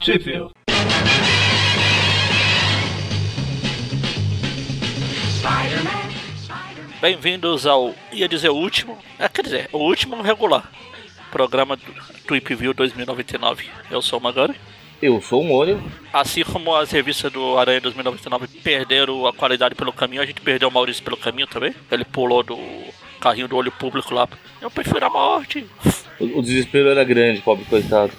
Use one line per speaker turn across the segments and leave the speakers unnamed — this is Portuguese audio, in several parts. Sheffield. Bem-vindos ao, ia dizer o último, é, quer dizer, o último regular programa do Tweep View 2099. Eu sou o Magari.
Eu sou um olho.
Assim como as revistas do Aranha 2099 perderam a qualidade pelo caminho, a gente perdeu o Maurício pelo caminho também. Ele pulou do carrinho do olho público lá. Eu prefiro a morte.
O, o desespero era grande, pobre coitado.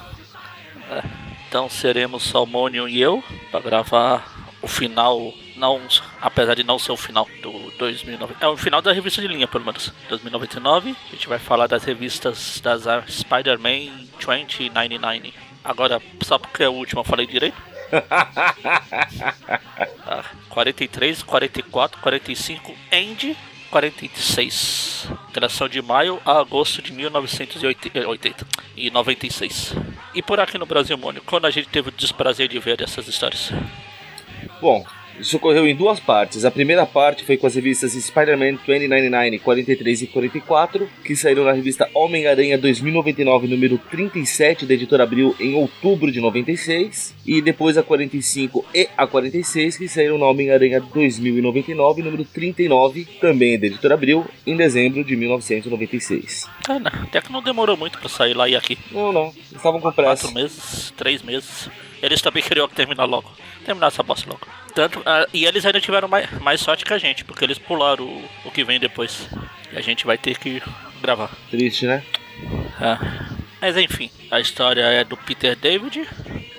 É, então seremos Salmônio e eu para gravar o final, não, apesar de não ser o final do 2009. É o final da revista de linha, pelo menos. 2099, a gente vai falar das revistas das ah, Spider-Man 2099. Agora, só porque é o último eu falei direito? Ah, 43, 44, 45, End 46. Criação de maio a agosto de 1980 e 96. E por aqui no Brasil, Mônio, quando a gente teve o desprazer de ver essas histórias?
Bom, isso ocorreu em duas partes. A primeira parte foi com as revistas Spider-Man 2099, 43 e 44, que saíram na revista Homem-Aranha 2099, número 37, da editora Abril, em outubro de 96. E depois a 45 e a 46, que saíram na Homem-Aranha 2099, número 39, também da editora Abril, em dezembro de 1996.
Ah, não, até que não demorou muito pra sair lá e aqui.
Não, não, eles estavam com pressa.
Quatro meses, três meses. Eles também queriam terminar logo. Terminar essa bosta logo. Tanto, ah, e eles ainda tiveram mais, mais sorte que a gente, porque eles pularam o, o que vem depois. E a gente vai ter que gravar.
Triste, né?
Ah, Mas enfim, a história é do Peter David.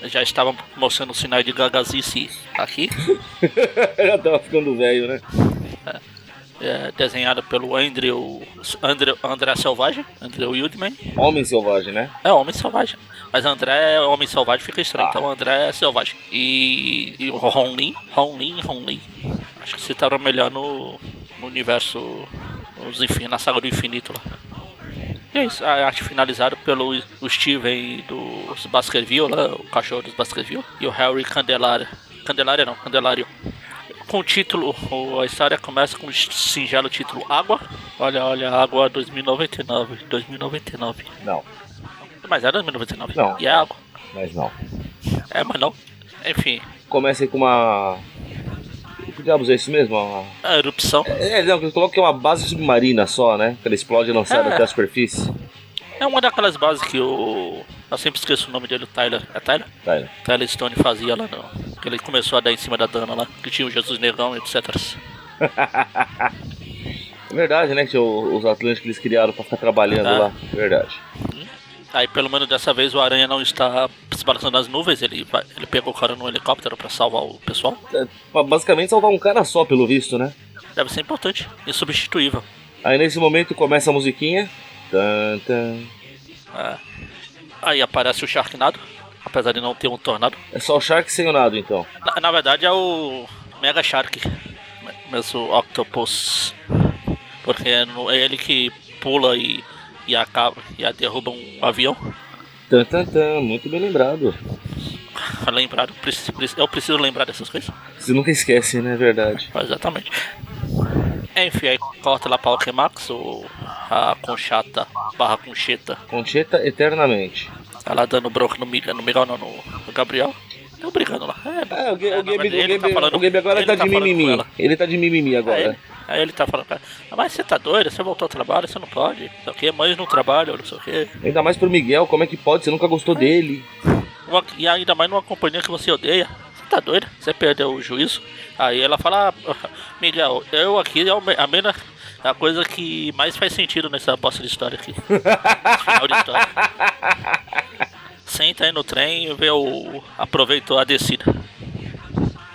Já estava mostrando sinais de gagazice aqui.
Já tava ficando velho, né?
É, desenhada pelo Andrew, Andrew André Selvagem, Andrew Wildman.
Homem selvagem, né?
É Homem Selvagem. Mas André é Homem Selvagem, fica estranho.
Ah.
Então André é Selvagem. E, e o Ron Lin, Ron Lin, Ron Lin. Acho que citaram melhor no, no universo, nos infin, na saga do infinito lá. E é isso, a arte finalizada pelo o Steven dos Baskerville, lá, o cachorro dos Baskerville, e o Harry Candelária. Candelária não, Candelário. Com o título, o- a história começa com o singelo título Água. Olha, olha, Água 2099, 2099.
Não,
Mas era 2099.
Não.
E é água.
mas não.
É, mas não. Enfim,
Começa aí com uma. Que diabos é isso mesmo? Uma-
a erupção
É, não, eu coloco que é uma base submarina só, né? Que ela explode lançada
É.
até a superfície.
é uma daquelas bases que o. Eu sempre esqueço o nome dele, o Tyler. É Tyler?
Tá, né?
Tyler Stone fazia lá, não. Que ele começou a dar em cima da Dana lá, que tinha o Jesus Negão, etc.
É verdade, né? Que tinha o- os Atlânticos que eles criaram pra ficar trabalhando
Ah.
lá. Verdade.
Aí pelo menos dessa vez o Aranha não está se balançando nas nuvens, ele, vai- ele pegou o cara no helicóptero pra salvar o pessoal.
É, mas basicamente salvar um cara só, pelo visto, né?
Deve ser importante, insubstituível.
Aí nesse momento começa a musiquinha. Tan, tan.
É. Aí aparece o Sharknado, apesar de não ter um tornado.
É só o Shark sem o nado, então.
Na, na verdade é o Mega Shark, mas o Octopus. Porque é no- é ele que pula e, e acaba e a derruba um avião.
Tan, tan, tan. Muito bem lembrado.
Lembrado, preci- preci- eu preciso lembrar dessas coisas.
Você nunca esquece, né? É verdade.
Exatamente. Enfim, aí corta lá pra Okemax, o a conchata barra concheta.
Concheta eternamente.
Ela dando bronca no Miguel, no Miguel não, no Gabriel. Tão brigando lá. É,
É, o, Gabe-
é,
o,
na
Gabe,
verdade,
o,
ele
Gabe,
tá falando-
o Gabe agora
ele
tá, de
falando com
mimimi.
ela.
Ele tá de mimimi
Aí
agora.
ele, aí ele tá falando, pra ela, mas você tá doido, você voltou ao trabalho, você não pode, não sei o que, mães não trabalham, não sei o que.
Ainda mais pro Miguel, como é que pode? Você nunca
Ah.
gostou dele.
E ainda mais numa companhia que você odeia. Você tá doido, você perdeu o juízo. Aí ela fala, ah, Miguel, eu aqui é o me- a mena. A coisa que mais faz sentido nessa bosta de história aqui. Esse Final de história. Senta aí no trem e vê o. Aproveitou a descida.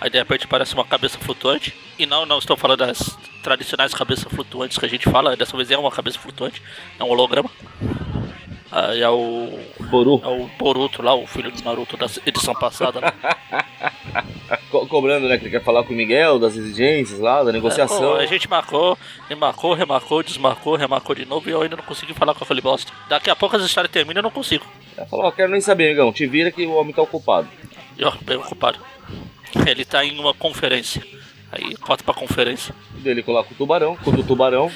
Aí de repente parece uma cabeça flutuante. E não, não estou falando das tradicionais cabeças flutuantes que a gente fala. Dessa vez é uma cabeça flutuante. É um holograma. Aí é o.
Boru,
É o Boruto lá, o filho do Naruto da edição passada. Né?
co- cobrando, né? Que ele quer falar com o Miguel, das exigências lá, da
É, Pô,
negociação.
a gente marcou, remarcou, remarcou, desmarcou, remarcou de novo e eu ainda não consegui falar com aquele bosta. Daqui a pouco as histórias terminam e eu não consigo.
Ela falou, ó, quero nem saber, Migão. Te vira que o homem tá ocupado.
E ó, bem ocupado. Ele tá em uma conferência. Aí corta pra conferência.
Ele coloca o tubarão, quando o tubarão.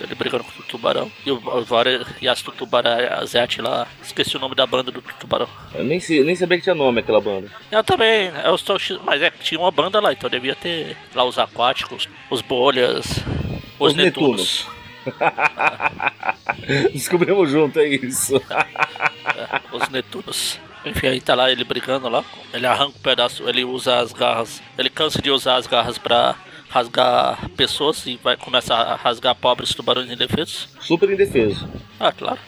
Ele brigando com o tubarão. E o, o Vara e as Tubarazete lá. Esqueci o nome da banda do tubarão.
Eu nem, sei- nem sabia que tinha nome aquela banda.
Eu também, eu sou, chi- mas é que tinha uma banda lá, então devia ter lá os aquáticos, os bolhas, os,
Os
netunos.
Netunos. Descobrimos junto, é isso.
É, os netunos. Enfim, aí tá lá ele brigando lá. Ele arranca um pedaço, ele usa as garras. Ele cansa de usar as garras pra rasgar pessoas e vai começar a rasgar pobres tubarões indefesos.
Super indefeso.
Ah, claro.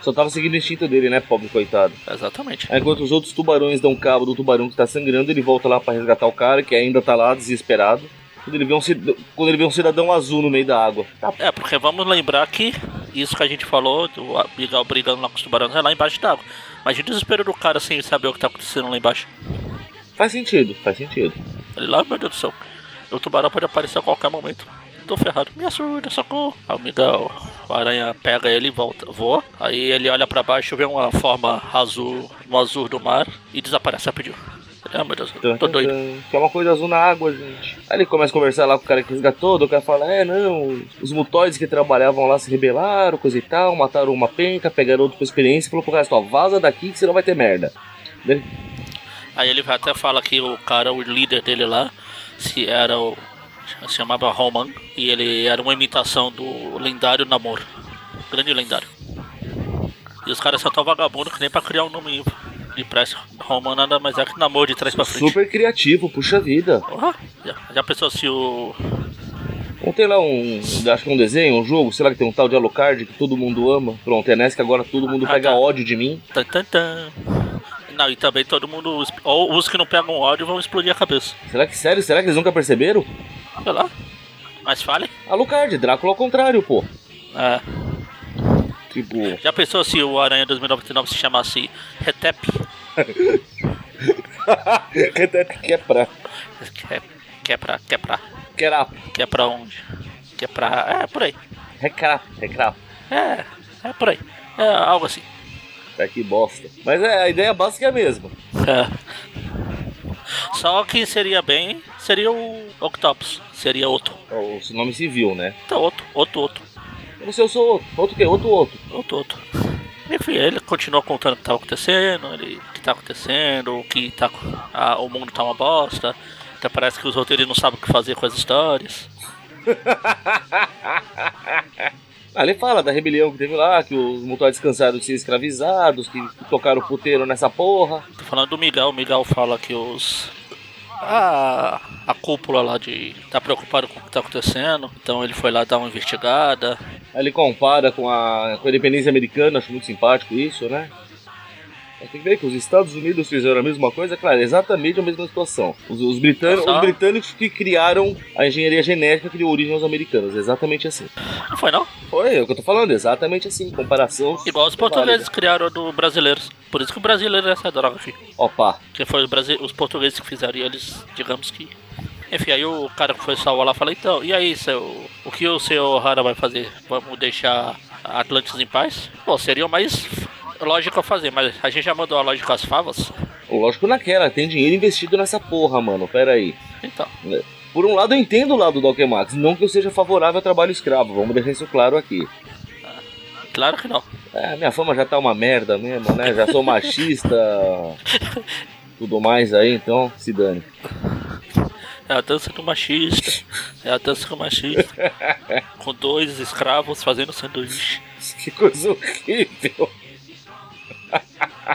Só tava seguindo o instinto dele, né, pobre coitado.
Exatamente.
Aí, Enquanto os outros tubarões dão cabo do tubarão que tá sangrando, ele volta lá pra resgatar o cara, que ainda tá lá, desesperado. Quando ele vê um, cid- quando ele vê um cidadão azul no meio da água. Tá,
É, porque vamos lembrar que isso que a gente falou, do Abigail brigando lá com os tubarões, é lá embaixo d'água. Imagina o desespero do cara sem saber o que tá acontecendo lá embaixo.
faz sentido, faz sentido.
Ele lá, meu Deus do céu. O tubarão pode aparecer a qualquer momento. Tô ferrado. Me ajuda, socorro. A Miguel, a aranha pega ele e volta. Voa. Aí ele olha pra baixo, vê uma forma azul, no azul do mar e desaparece rapidinho. Ele, Ah, meu Deus, tô doido.
Que é uma coisa azul na água, gente. Aí ele começa a conversar lá com o cara que resgatou, daí o cara fala, é, não, os mutóides que trabalhavam lá se rebelaram, coisa e tal, mataram uma penca, pegaram outro com experiência e falou pro cara, só vaza daqui que senão vai ter merda. Daí ele,
Aí ele até fala que o cara, o líder dele lá, se era o. se chamava Roman. E ele era uma imitação do lendário Namor. Grande lendário. E os caras são tão vagabundos que nem pra criar um nome impresso. Roman nada mais é que Namor de trás pra frente.
Super criativo, puxa vida.
Porra, já, já pensou se o.
Não tem lá um. Acho que é um desenho, um jogo, sei lá que tem um tal de Alucard que todo mundo ama. Pronto, é nessa que agora todo mundo
Ah,
pega
tá.
ódio de mim.
Tan, tan, tan. Não, e também todo mundo. exp- Ou os que não pegam ódio vão explodir a cabeça.
Será que sério? Será que eles nunca perceberam?
Sei lá. Mas fale.
Alucard, Drácula ao contrário, pô.
É.
Tipo.
Já pensou se o Aranha 2099 se chamasse Retep?
que é pra.
Que- Que é pra. Que é pra.
Que era.
Que é pra onde? Que é pra. É por aí.
Recrap, recrap.
É, é por aí. É algo assim.
É que bosta. Mas é, a ideia básica é a mesma.
É. Só que seria bem. Seria o Octopus. Seria outro.
É O o nome civil, né?
Então, outro, outro, outro.
Eu não sei, eu sou outro. Outro que? Outro, outro.
Outro, outro. Enfim, ele continua contando o que tá acontecendo, ele, o que tá acontecendo, o que tá. ah, o mundo tá uma bosta. Até parece que os roteiros não sabem o que fazer com as histórias.
Ah, ele fala da rebelião que teve lá, que os mutantes cansaram de ser escravizados, que tocaram puteiro nessa porra.
Tô falando do Miguel, o Miguel fala que os. A, a cúpula lá de. tá preocupado com o que tá acontecendo, então ele foi lá dar uma investigada.
Aí ele compara com a, com a independência americana, acho muito simpático isso, né? Mas tem que ver que os Estados Unidos fizeram a mesma coisa, claro, exatamente a mesma situação. Os, os britânicos,
Só?
os britânicos que criaram a engenharia genética que deu origem aos americanos, exatamente assim.
Não foi não?
Foi é o que eu tô falando, exatamente assim, comparação.
Igual os portugueses criaram a do brasileiros. Por isso que o brasileiro é essa droga aqui.
Opa,
Que foi os, brasi- os portugueses que fizeram e eles, digamos que. Enfim, aí o cara que foi salvar lá fala: então, e aí, seu, o que o seu O'Hara vai fazer? Vamos deixar a Atlantis em paz? Bom, seria o mais lógico a fazer, mas a gente já mandou a lógica às favas?
lógico naquela, tem dinheiro investido nessa porra, mano, pera aí.
Então,
Por um lado, eu entendo o lado do Alquemax, não que eu seja favorável ao trabalho escravo, vamos deixar isso claro aqui.
claro que não.
É, minha fama já tá uma merda mesmo, né? Já sou machista. tudo mais aí, então se dane.
É a dança do machista. É a dança do machista. Com dois escravos fazendo sanduíche.
Que coisa horrível.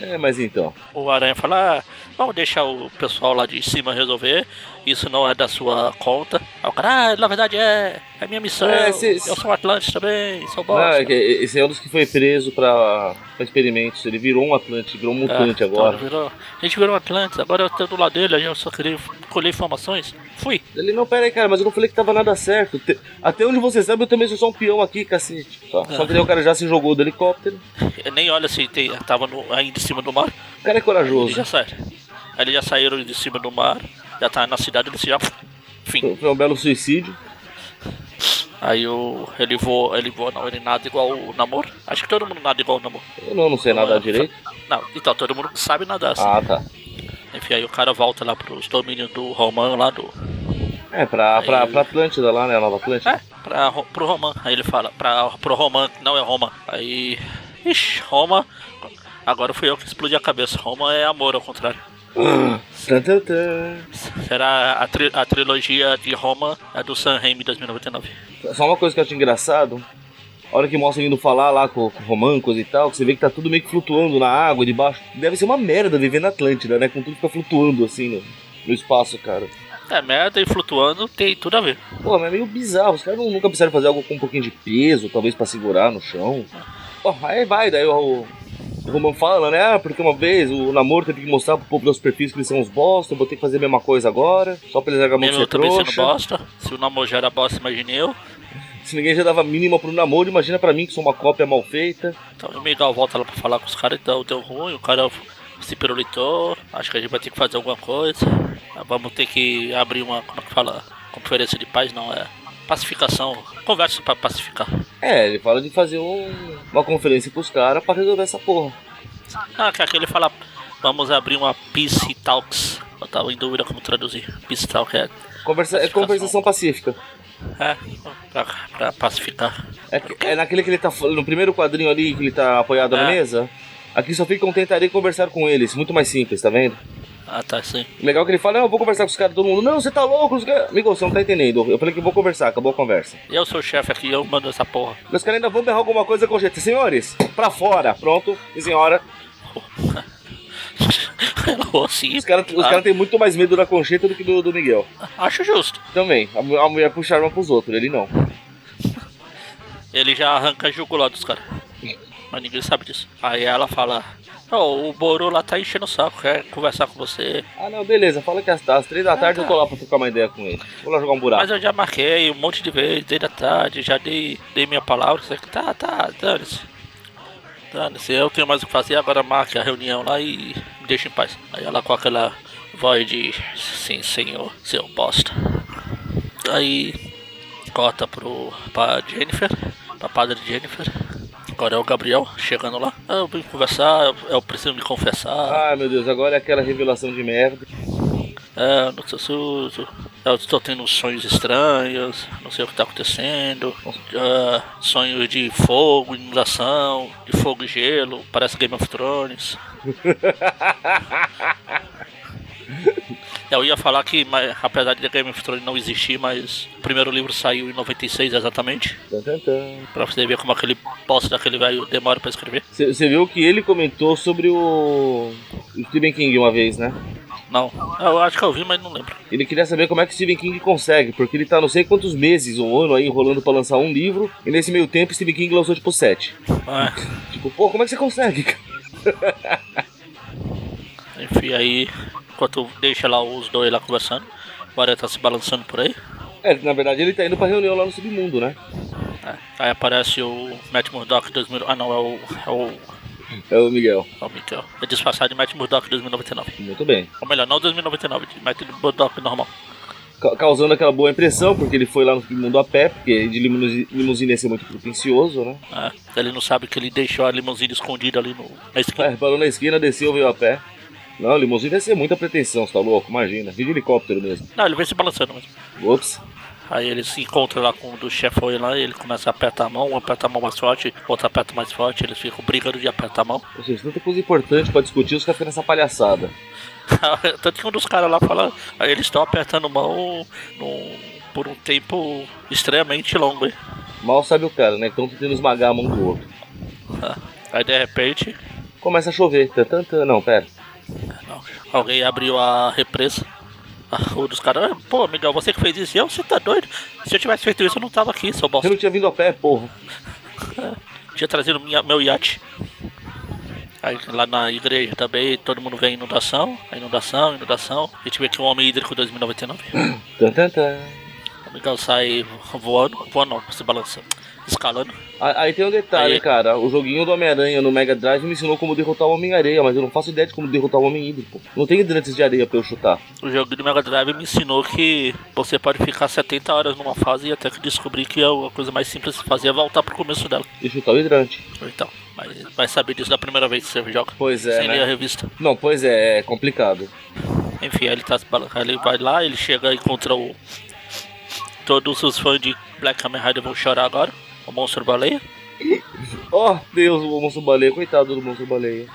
é, mas então.
O Aranha fala, ah, vamos deixar o pessoal lá de cima resolver, isso não é da sua conta. Aí o cara, ah, na verdade é, é minha missão,
É, se-
eu sou um Atlante também, sou bosta.
Ah, que- esse é um dos que foi preso pra, pra experimentos. Ele virou um Atlante, virou um
É,
mutante
então,
agora.
virou- a gente virou um Atlante, agora eu tô do lado dele, aí eu só queria colher informações. Fui.
Ele, não, pera aí, cara, mas eu não falei que tava nada certo. Te- Até onde você sabe, eu também sou só um peão aqui, cacete. Só, só
Ah.
que daí o cara já se jogou do helicóptero.
Eu nem olha se tem, tava no- ainda em cima do mar,
O cara é
eles
corajoso.
já saíram. Aí eles já saíram de cima do mar, já tá na cidade, eles já... Fim.
Foi foi um belo suicídio.
Aí o, ele voa, ele voa, não, ele nada igual o Namor. Acho que todo mundo nada igual o Namor.
Eu não, não sei
é.
nadar direito.
Não, então todo mundo sabe nadar. Assim.
Ah, tá.
Enfim, aí o cara volta lá pros domínios do Roman lá do.
É, pra, pra,
Aí-
pra Atlântida lá, né? Nova Atlântida.
É, pra, Ro- pro Roman. Aí ele fala, pra, pro Roman, que não é Roma. Aí. Ixi, Roma. Agora fui eu que explodi a cabeça. Roma é amor, ao contrário.
Tan, tan, tan.
Será a, tri- a trilogia de Roma, a do San Remi 2099.
Só uma coisa que eu acho engraçado. A hora que mostra vindo falar lá com, com o Roman, coisa e tal, que você vê que tá tudo meio que flutuando na água, debaixo. Deve ser uma merda viver na Atlântida, né? Com tudo fica flutuando assim no, no espaço, cara.
É merda e flutuando tem tudo a ver.
Pô, mas é meio bizarro. Os caras não- nunca precisaram fazer algo com um pouquinho de peso, talvez pra segurar no chão. Pô, aí vai, daí o, o Roman fala, né? Ah, porque uma vez o namoro teve que mostrar pro povo da superfície que eles são uns bosta, eu vou ter que fazer a mesma coisa agora, só pra eles largar a mão de
Mesmo eu
ser
também sendo
trouxa.
bosta. Se o namoro já era bosta, imagine eu.
Se ninguém já dava mínima pro namoro, imagina pra mim que sou uma cópia mal feita.
Então o Miguel volta lá pra falar com os caras, então deu ruim, o cara se pirulitou, acho que a gente vai ter que fazer alguma coisa. Vamos ter que abrir uma, como é que fala? Conferência de paz, não, é pacificação, conversa pra pacificar.
É, ele fala de fazer um- uma conferência pros caras pra resolver essa porra.
Ah, que aqui ele fala, vamos abrir uma Peace Talks. Eu tava em dúvida como traduzir. Peace Talk é,
Conversa, é conversação pacífica.
é pra, pra pacificar.
É, que- é naquele que ele tá fal- no primeiro quadrinho ali que ele tá apoiado na
É.
mesa. Aqui só fica um tentarei conversar com eles, muito mais simples, tá vendo?
Ah, tá, sim.
Legal é que ele fala, não, eu vou conversar com os caras, todo mundo, não, você tá louco, os caras... Amigo, você não tá entendendo, eu falei que eu vou conversar, acabou a conversa.
Eu sou o chefe aqui, eu mando essa porra.
Meus caras ainda vão berrar alguma coisa com o jeito, senhores, pra fora, pronto, e senhora,
Ela falou assim,
os caras os
ah,
cara têm muito mais medo da Concheta do que do, do Miguel.
acho justo.
Também, a, mu- a mulher puxa arma pros outros, ele não.
Ele já arranca a jugular dos caras. Mas ninguém sabe disso. Aí ela fala: Ó, o Boru lá tá enchendo o saco, quer conversar com você.
Ah, não, beleza, fala que às, às três da tarde
tá.
eu tô lá pra trocar uma ideia com ele. Vou lá jogar um buraco.
Mas eu já marquei um monte de vezes, desde a tarde, já dei, dei minha palavra. Isso aqui tá, tá, dane-se. Dane-se, eu tenho mais o que fazer, agora marque a reunião lá e me deixa em paz. Aí ela com aquela voz de: Sim, senhor, seu bosta. Aí corta pro, pra Jennifer, pra padre Jennifer. Agora é o Gabriel chegando lá. Ah, Eu vim conversar, eu, eu preciso me confessar.
Ai, meu Deus, agora é aquela revelação de merda.
É, não sei se eu, se eu- eu estou tendo sonhos estranhos, não sei o que está acontecendo. Ah, sonhos de fogo, inundação, de fogo e gelo, parece Game of Thrones. É, Eu ia falar que, mas, apesar de Game of Thrones não existir, mas o primeiro livro saiu em 96 exatamente.
Tan, tan, tan.
Pra você ver como aquele bosta daquele velho demora pra escrever.
Você você viu que ele comentou sobre o, o Stephen King uma vez, né?
Não. Eu acho que eu vi, mas não lembro.
Ele queria saber como é que o Stephen King consegue, porque ele tá não sei quantos meses, um ano aí, enrolando pra lançar um livro, e nesse meio tempo Stephen King lançou tipo sete.
Ah,
Tipo, pô, como é que você consegue, cara?
enfim, aí, enquanto deixa lá os dois lá conversando, o Maria tá se balançando por aí.
É, na verdade ele tá indo pra reunião lá no submundo, né?
né? Aí aparece o Matt Murdock 2000. Ah, não, é o. É o.
É o Miguel.
É o Miguel. É disfarçado de Matt Murdock 2099.
Muito bem.
Ou melhor, não 2099, de Matt Murdock normal.
Ca- causando aquela boa impressão, porque ele foi lá no submundo a pé, porque de limusi- limusine ia ser muito pretencioso, né?
né? Ele não sabe que ele deixou a limusine escondida ali no, na esquina.
É, parou na esquina, desceu, veio a pé. Não, limusine ia ser muita pretensão, você tá louco? Imagina, vi de helicóptero mesmo.
Não, ele vem se balançando mesmo.
Ops.
Aí ele se encontra lá com o do chefão lá, ele começa a apertar a mão, um aperta a mão mais forte, outro aperta mais forte, eles ficam brigando de apertar a mão.
Ou seja, tanta coisa importante pra discutir, os caras ficam nessa palhaçada.
Tanto que um dos caras lá fala, aí eles estão apertando mão num- por um tempo extremamente longo. hein?
Mal sabe o cara, né? Que estão tentando esmagar a mão do outro.
Ah, Aí de repente,
Começa a chover. Tan, tan, tan. Não, pera.
não, alguém abriu a represa. Ah, Um dos caras, "Ah, pô, Miguel, você que fez isso, E eu, você tá doido? Se eu tivesse feito isso, eu não tava aqui, seu
Você
bosta.
não tinha vindo a pé, porra.
Tinha trazido minha- meu iate. Aí lá na igreja também todo mundo vê inundação, a inundação, inundação. A gente vê que um homem hídrico 2099.
Tan, tan, tan.
O Miguel sai voando, voando não, se balançando, escalando.
A- Aí tem um detalhe,
Aí-
cara. O joguinho do Homem-Aranha no Mega Drive me ensinou como derrotar o Homem-Areia, mas eu não faço ideia de como derrotar o Homem-Hídrico. Não tem hidrantes de areia pra eu chutar.
O jogo do Mega Drive me ensinou que você pode ficar 70 horas numa fase e até que descobrir que a coisa mais simples de fazer é voltar pro começo dela.
E chutar o hidrante.
Então, mas vai saber disso da primeira vez que você joga.
Pois é,
Sem
né?
ler a revista.
Não, pois é, é complicado.
Enfim, aí ele tá se balan- aí Ele vai lá, ele chega e encontra o. Todos os fãs de Black Kamen Rider vão chorar agora. O Monstro Baleia.
Oh, Deus, o Monstro Baleia, coitado do Monstro Baleia.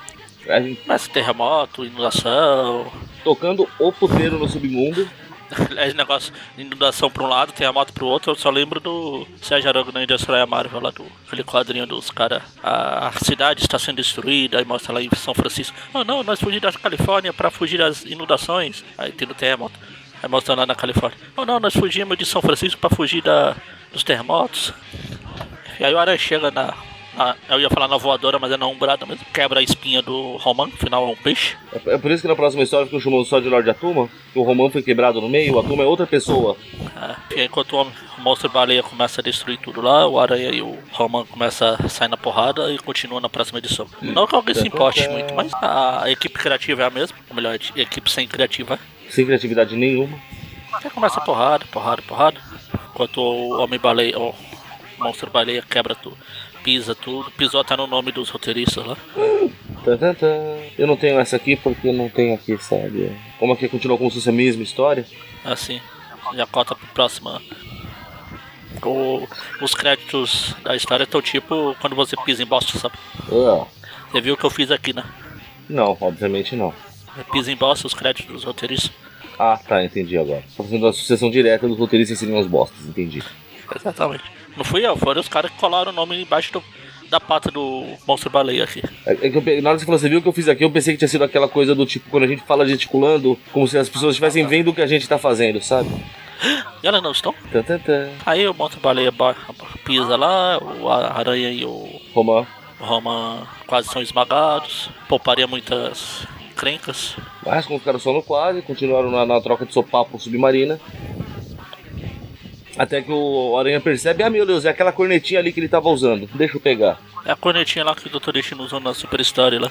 A gente
Mas terremoto, inundação.
tocando o puteiro no submundo.
Aliás, negócio de inundação pra um lado, terremoto pro outro. Eu só lembro do Sérgio Arango na Indústria Marvel, lá do aquele quadrinho dos caras. A, a cidade está sendo destruída, aí mostra lá em São Francisco. "Ah, Não, não, nós fugimos da Califórnia pra fugir das inundações. Aí tem o terremoto. Aí mostra lá na Califórnia. "Ah, Não, não, nós fugimos de São Francisco pra fugir da, dos terremotos. E aí o Aranha chega na. na- eu ia falar na voadora, mas é na umbrada mesmo. Quebra a espinha do Roman, afinal é um peixe.
É por isso que na próxima história ficam chamando só de Lorde Atuma, que o Romão foi quebrado no meio, o Atuma é outra pessoa.
Ah, e aí, enquanto o homem- o monstro baleia começa a destruir tudo lá, o aranha e o Roman começa a sair na porrada e continua na próxima edição. Não que alguém se importe muito, mas a equipe criativa é a mesma, ou melhor, a equipe sem criativa.
Sem criatividade nenhuma.
Aí começa a porrada, porrada, porrada. Enquanto o homem baleia, o monstro baleia quebra tudo, pisa tudo, pisou até no nome dos roteiristas lá.
Tan, tan, tan. Eu não tenho essa aqui porque eu não tenho aqui, sabe? Como aqui continua como se fosse a mesma história.
Assim, já corta pro próximo. O, os créditos da história estão tipo quando você pisa em bosta, sabe?
Ah,
Você viu o que eu fiz aqui, né?
Não, obviamente não.
Pisa em bosta os créditos dos roteiristas.
Ah, tá, entendi agora. Tá fazendo a sucessão direta dos roteiristas seriam os bostas, entendi.
Exatamente. Não fui eu, foram os caras que colaram o nome embaixo do- da pata do monstro baleia aqui.
É- é que eu pe- na hora que você falou, você viu o que eu fiz aqui? Eu pensei que tinha sido aquela coisa do tipo, quando a gente fala gesticulando, como se as pessoas estivessem vendo o que a gente tá fazendo, sabe?
E elas não estão?
Tan, tan, tan.
Aí o monstro baleia ba- pisa lá, o a- aranha e o
Romã.
Roman quase são esmagados. Pouparia muitas crencas.
Mas como ficaram só no quadro, continuaram na, na troca de sopapo submarina. Até que o Aranha percebe, ah meu Deus, é aquela cornetinha ali que ele tava usando. Deixa eu pegar.
É a cornetinha lá que o Dr. Destino usou na Super Story lá.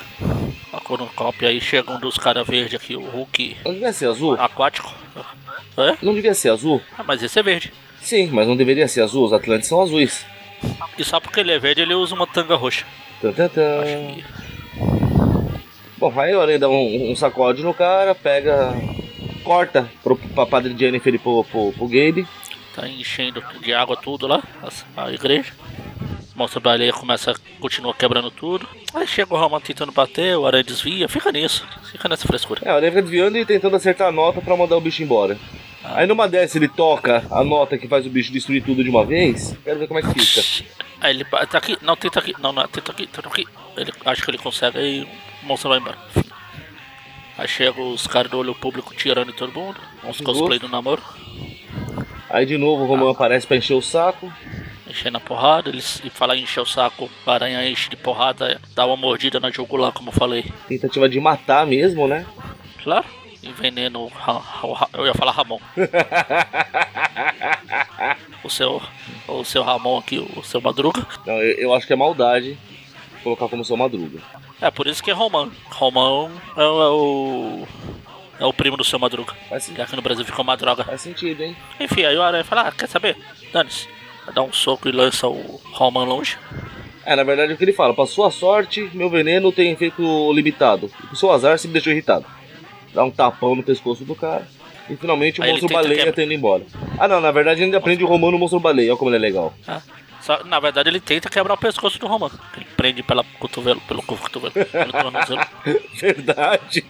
A cornucópia. Aí chega um dos caras verdes aqui, o Hulk
Não devia ser azul?
aquático. É?
Não devia ser azul?
Ah, mas esse é verde.
Sim, mas não deveria ser azul, os Atlantes são azuis.
E só porque ele é verde, ele usa uma tanga roxa.
Tan, tan, tan.
Acho que-
Bom, aí o Aranha dá um, um sacode no cara, pega. corta pro, pra padre Jennifer e pro, pro, pro Gabe.
Tá enchendo de água tudo lá, a, a igreja. Mostra baleia começa, continua quebrando tudo. Aí chega o Roman tentando bater, o aranha desvia, fica nisso, fica nessa frescura.
É, o Aranha fica desviando e tentando acertar a nota pra mandar o bicho embora. Aí numa dessa ele toca a nota que faz o bicho destruir tudo de uma vez. Quero ver como é que fica.
Aí ele ba- tá aqui, não, tenta aqui, não, não, tenta aqui, tenta aqui. Ele acha que ele consegue, aí o monstro vai embora. Aí chega os caras do olho público tirando em todo mundo, uns
Chegou.
cosplay do namoro,
Aí de novo o Romão aparece pra encher o saco.
enchendo a porrada, eles e fala encher o saco, a aranha enche de porrada, dá uma mordida na jugular, como eu falei.
Tentativa de matar mesmo, né?
Claro, envenena o, Ra- o Ra- Eu ia falar Ramon. o seu. O seu Ramon aqui, o seu Madruga.
Não, eu, eu acho que é maldade colocar como seu madruga.
É por isso que é Romão. Romão é, o- é o. É o primo do seu Madruga.
Faz, sen-
Que aqui no Brasil ficou uma droga.
faz sentido, hein?
Enfim, aí o Aranha fala, ah, quer saber? Dane-se. Dá um soco e lança o Romão longe.
É, na verdade é o que ele fala. Pra sua sorte, meu veneno tem efeito limitado. E pro seu azar, você me deixou irritado. Dá um tapão no pescoço do cara. E finalmente o
Aí ele
monstro
tenta
baleia
quebra.
tá indo embora. Ah não, na verdade ele ainda aprende o Romão no monstro baleia. Olha como ele é legal.
tá? Só- na verdade ele tenta quebrar o pescoço do Romão. Ele prende pela cotovelo, pelo cotovelo, pelo tornozelo.
verdade.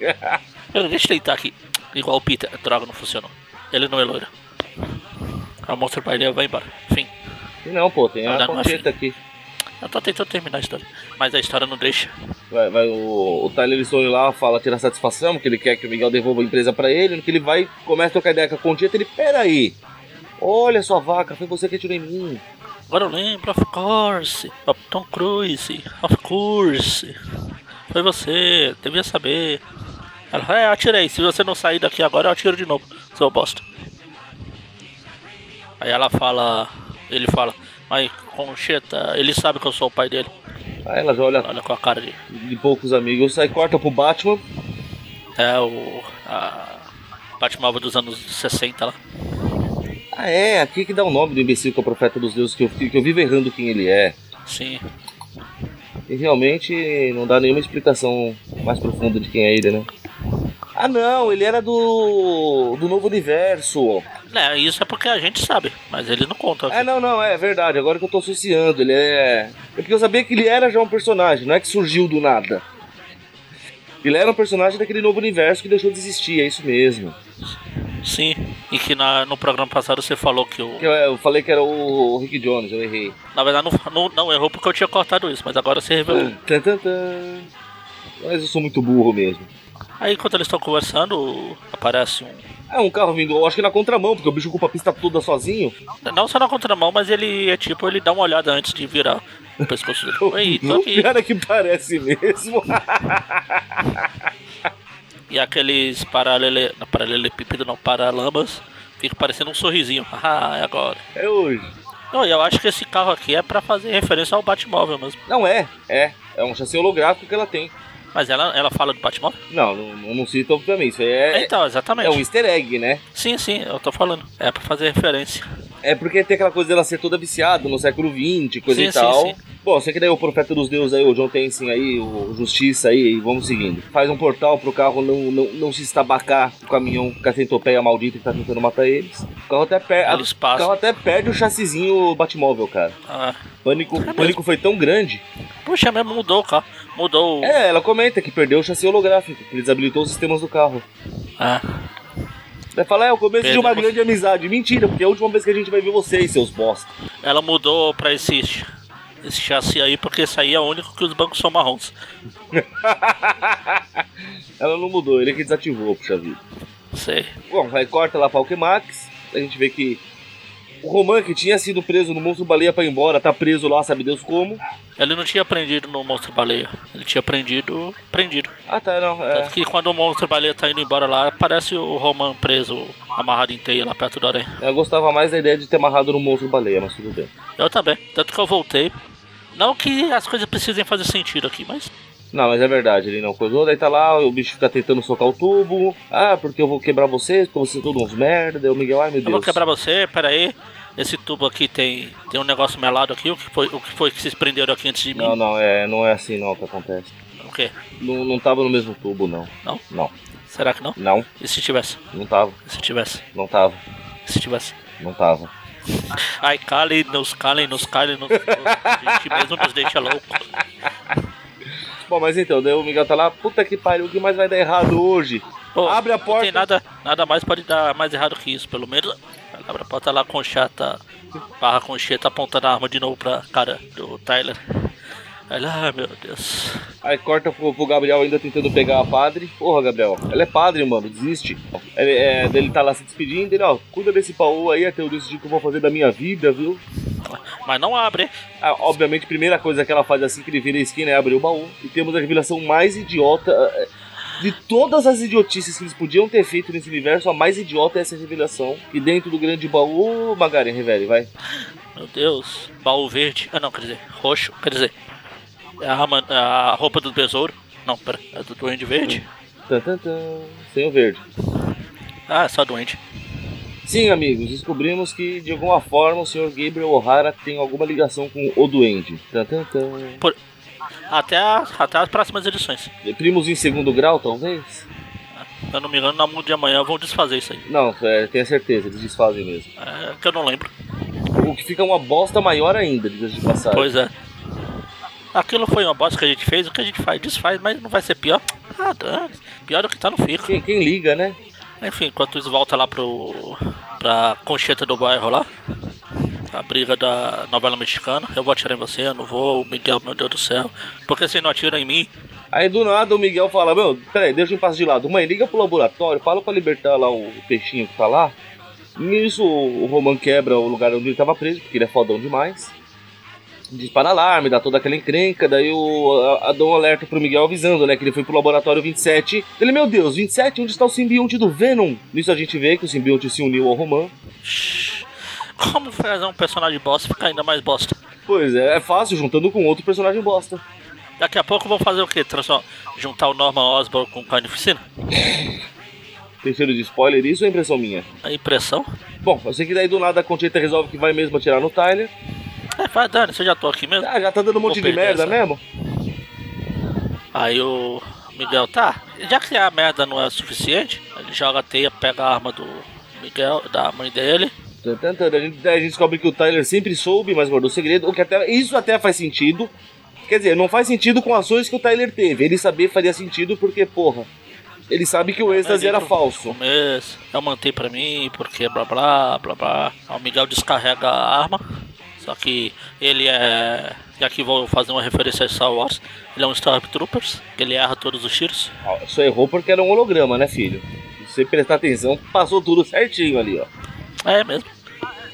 Pera, deixa eu deitar aqui. Igual o Peter. Droga, não funcionou. Ele não é loiro. A Monster Baleia vai embora. Fim.
E não, pô, tem
Não
a
dá pra
concheta aqui.
Eu tô tentando terminar a história. Mas a história não deixa.
Vai, vai, o, o Tyler Stone lá fala, tira satisfação, que ele quer que o Miguel devolva a empresa pra ele, no que ele vai, começa a trocar ideia com a Conchita, ele, peraí, olha sua vaca, foi você que atirou em mim.
Agora eu lembro, of course. Of Tom Cruise. Of course. Foi você. Devia saber. Ela fala, é, eu atirei. Se você não sair daqui agora, eu atiro de novo. Seu bosta. Aí ela fala... Ele fala... Mas, Concheta, ele sabe que eu sou o pai dele.
Aí ela já olha
Olha com a cara de...
de poucos amigos, aí corta pro Batman,
É o. A Batmóvel dos anos 60 lá.
ah é, aqui que dá o nome do imbecil que é o profeta dos deuses, que eu, que eu vivo errando quem ele é.
Sim.
E realmente não dá nenhuma explicação mais profunda de quem é ele, né? Ah não, ele era do, do novo universo,
Né, isso é porque a gente sabe, mas ele não conta.
É, não, não, é verdade. Agora que eu tô associando, ele é. É porque eu sabia que ele era já um personagem, não é que surgiu do nada. Ele era um personagem daquele novo universo que deixou de existir, é isso mesmo.
Sim, e que na- no programa passado você falou que o.
Eu, eu falei que era o Rick Jones, eu errei.
Na verdade, não, não, não errou porque eu tinha cortado isso, mas agora você revelou.
Tan, tan, tan. Mas eu sou muito burro mesmo.
Aí, enquanto eles estão conversando, aparece um.
É um carro vindo, eu acho que na contramão, porque o bicho ocupa a pista toda sozinho.
Não só na contramão, mas ele é tipo, ele dá uma olhada antes de virar o pescoço dele. Oi, tô
o
aqui.
pior é que parece mesmo.
E aqueles paralele... não, paralelepípedo não, paralamas, fica parecendo um sorrisinho. Ah, é agora.
É hoje.
Não, e eu acho que esse carro aqui é pra fazer referência ao Batmóvel mesmo.
Não é, é. É um chassi holográfico que ela tem.
Mas ela, ela fala do Batmóvel?
Não, não, eu não cito obviamente. Isso aí é,
então, exatamente.
é um easter egg, né?
Sim, sim, eu tô falando. É pra fazer referência.
É porque tem aquela coisa dela ser toda viciada no século XX, coisa
Sim,
e
sim,
tal.
sim.
Bom, sei que daí o profeta dos deuses aí, o John Tenzin aí, o Justiça aí, e vamos seguindo. Faz um portal pro carro não, não, não se estabacar com o caminhão com a centopeia maldita que tá tentando matar eles. O carro até, per
Eles
o carro
passam.
até perde o chassizinho Batmóvel, cara.
Ah,
Pânico,
Caramba.
pânico foi tão grande.
puxa, mesmo mudou o carro. Mudou o.
É, ela comenta que perdeu o chassi holográfico, que ele desabilitou os sistemas do carro.
Ah,
Vai falar, é o começo de
Perdeu
uma
você.
grande amizade. Mentira, porque é a última vez que a gente vai ver vocês, seus bosta.
ela mudou pra esse, esse chassi aí, porque esse aí é o único que os bancos são marrons.
Ela não mudou, ele é que desativou, puxa vida.
Sei.
Bom, vai corta lá pra Alquemax. A gente vê que o Roman, que tinha sido preso no Monstro Baleia pra ir embora, tá preso lá, sabe Deus como.
Ele não tinha aprendido no Monstro Baleia. Ele tinha aprendido. Prendido.
Ah, tá, não. É.
Tanto que quando o Monstro Baleia tá indo embora lá, aparece o Roman preso, amarrado em teia lá perto da aranha.
Eu gostava mais da ideia de ter amarrado no Monstro Baleia, mas tudo bem.
Eu também. Tanto que eu voltei. Não que as coisas precisem fazer sentido aqui, mas.
Não, mas é verdade, ele não coisou. Daí tá lá, o bicho fica tentando socar o tubo. Ah, porque eu vou quebrar vocês, porque vocês são todos uns merda. Daí o Miguel, ai meu Deus.
Eu vou quebrar você, peraí. Esse tubo aqui tem, tem um negócio melado aqui. O que foi, o que, foi que vocês prenderam aqui antes de mim?
Não, não, é, não é assim não que acontece.
O quê?
Não, não tava no mesmo tubo, não.
Não?
Não,
Será que não?
não,
E se tivesse?
não tava,
E se tivesse?
não tava,
E se tivesse?
não tava.
Ai, calem, nos calem, nos calem, nos. A gente mesmo nos deixa louco.
Bom, mas então, daí o Miguel tá lá, puta que pariu, o que mais vai dar errado hoje?
Pô,
Abre a
Não
porta.
tem nada, nada mais pode dar mais errado que isso, pelo menos. Ela Abre a porta lá com chata. Barra com cheta apontando a arma de novo pra cara do Tyler. Aí lá, ah, meu Deus.
Aí corta pro, pro Gabriel ainda tentando pegar a padre. Porra, Gabriel, ela é padre, mano, desiste. Ele, é, daí ele tá lá se despedindo, ele, ó, cuida desse paú aí até eu decidir o que eu vou fazer da minha vida, viu?
Mas não abre, hein?
Ah, obviamente, a primeira coisa que ela faz assim que ele vira a esquina é abrir o baú. E temos a revelação mais idiota. eh, De todas as idiotices que eles podiam ter feito nesse universo, a mais idiota é essa revelação. E dentro do grande baú, Ô, Magari, revele, vai.
Meu Deus. Baú verde. Ah, não, quer dizer, roxo. Quer dizer, é a, arma- a roupa do besouro. Não, pera, é do doente verde?
Tan, tan, tan. Sem o verde.
Ah, é só doente.
Sim, amigos, descobrimos que de alguma forma o Sr. Gabriel O'Hara tem alguma ligação com o Duende. Tan, tan, tan.
Até, a- até as próximas edições.
Primos em segundo grau, talvez?
Se eu não me engano, na mundo de amanhã vão desfazer isso aí.
Não, é, tenho certeza, eles desfazem mesmo.
É, que eu não lembro.
O que fica uma bosta maior ainda, diga-se de passagem.
Pois é. Aquilo foi uma bosta que a gente fez, o que a gente faz, desfaz, mas não vai ser pior. Ah, dane Pior do que tá, não fica.
Quem- quem liga, né?
Enfim, enquanto isso volta lá pro. pra concheta do bairro lá. A briga da novela mexicana. Eu vou atirar em você, eu não vou, Miguel, meu Deus do céu. Porque você não atira em mim?
Aí do nada o Miguel fala, meu, peraí, deixa eu passo de lado. Mãe, liga pro laboratório, fala pra libertar lá o peixinho que tá lá. Nisso o Roman quebra o lugar onde ele tava preso, porque ele é fodão demais. Dispara alarme, dá toda aquela encrenca, daí o, a, a dá um alerta pro Miguel avisando, né, que ele foi pro laboratório 27. Ele, meu Deus, 27, onde está o simbionte do Venom? Nisso a gente vê que o simbionte se uniu ao Roman.
Shhh. Como fazer um personagem bosta ficar ainda mais bosta?
Pois é, é fácil, juntando com outro personagem bosta.
Daqui a pouco vão fazer o quê? Transform... Juntar o Norman Osborn com o Carnificina?
Terceiro de spoiler, isso é impressão minha.
A impressão?
Bom, eu sei que daí do nada a Conchita resolve que vai mesmo atirar no Tyler.
É, vai, Dani, você já tô aqui mesmo?
Ah, já tá dando um monte
Vou
de
perder
merda
essa.
mesmo?
Aí o Miguel, tá, já que a merda não é suficiente, ele joga a teia, pega a arma do, Miguel, da mãe dele.
Tan, tan, tan. A gente daí a gente descobre que o Tyler sempre soube, mas guardou segredo. O que até, isso até faz sentido. Quer dizer, não faz sentido com ações que o Tyler teve. Ele saber faria sentido porque, porra, ele sabe que o êxtase era
Desde o
falso.
começo, eu mantei pra mim, porque blá blá, blá blá. Aí O Miguel descarrega a arma, só que ele é... E aqui vou fazer uma referência a Star Wars. Ele é um Stormtroopers, que ele erra todos os tiros.
Ah, Só errou porque era um holograma, né, filho? Se você prestar atenção, passou tudo certinho ali, ó.
É mesmo.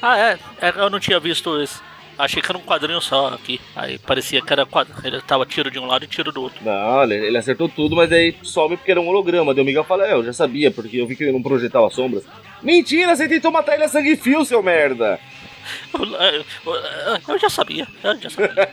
Ah, é. É, Eu não tinha visto esse. Achei que era um quadrinho só aqui. Aí parecia que era quadro. Ele tava tiro de um lado e tiro do outro.
Não, ele, ele acertou tudo, mas aí sobe porque era um holograma. Daí o Miguel fala, é, eu já sabia, porque eu vi que ele não projetava sombras. Mentira, você tentou matar ele a sangue e fio, seu merda!
Eu já sabia. Eu já sabia.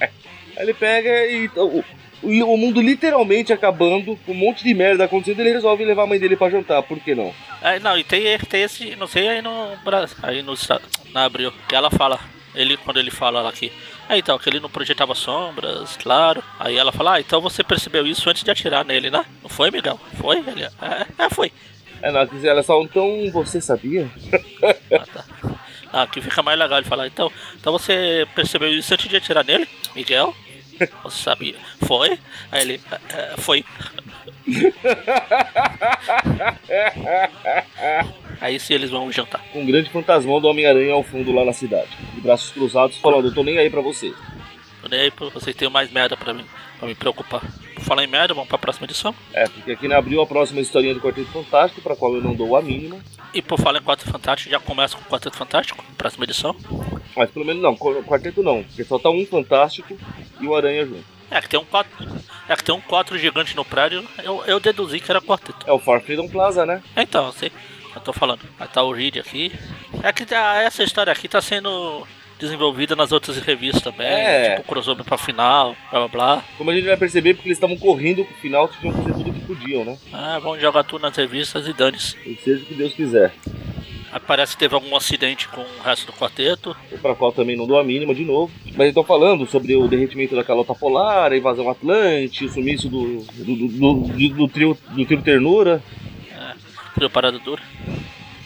Aí ele pega e o, o- o mundo literalmente acabando, com um monte de merda acontecendo, ele resolve levar a mãe dele pra jantar, por que não?
Aí, não, e tem, tem esse. Não sei aí no Brasil. Aí no, Esta- na Abril. Que ela fala. Ele, quando ele fala lá aqui. Ah, então, que ele não projetava sombras, claro. Aí ela fala, ah, então você percebeu isso antes de atirar nele, né? Não foi, Miguel? Foi, ele? É, é foi.
É, não, ela só, então você sabia?
Ah, tá. Ah, Aqui fica mais legal ele falar. Então, então você percebeu isso antes de atirar nele, Miguel? Você sabia? Foi? Aí ele. "É, é, foi. Aí sim eles vão jantar.
Com um grande fantasmão do Homem-Aranha ao fundo lá na cidade, de braços cruzados, falando, eu tô nem aí pra você.
Eu nem aí pra vocês têm mais merda pra mim, pra me preocupar. Por falar em merda, vamos pra próxima edição.
É, porque aqui na abril a próxima historinha do Quarteto Fantástico, pra qual eu não dou a mínima.
E por falar em Quarteto Fantástico, já começa com o Quarteto Fantástico, próxima edição.
Mas pelo menos não, qu- quarteto não, porque só tá um fantástico e o aranha junto.
É que tem um 4. É que tem um 4 gigante no prédio, eu, eu deduzi que era quarteto.
É o Far Freedom Plaza, né?
Então, eu sei, eu tô falando. Mas tá o Reed aqui. É que tá- essa história aqui tá sendo desenvolvida nas outras revistas também.
É.
Tipo, crossover pra final, blá blá blá.
Como a gente vai perceber, porque eles estavam correndo pro final, tinham que fazer tudo que podiam, né?
Ah, vamos jogar tudo nas revistas e dane-se.
E seja o que Deus quiser.
Aí Parece que teve algum acidente com o resto do quarteto.
Pra qual também não dou a mínima de novo. Mas estão falando sobre o derretimento da calota polar, a invasão atlante, o sumiço do, do, do, do- do trio, do trio ternura,
É, criou parada dura.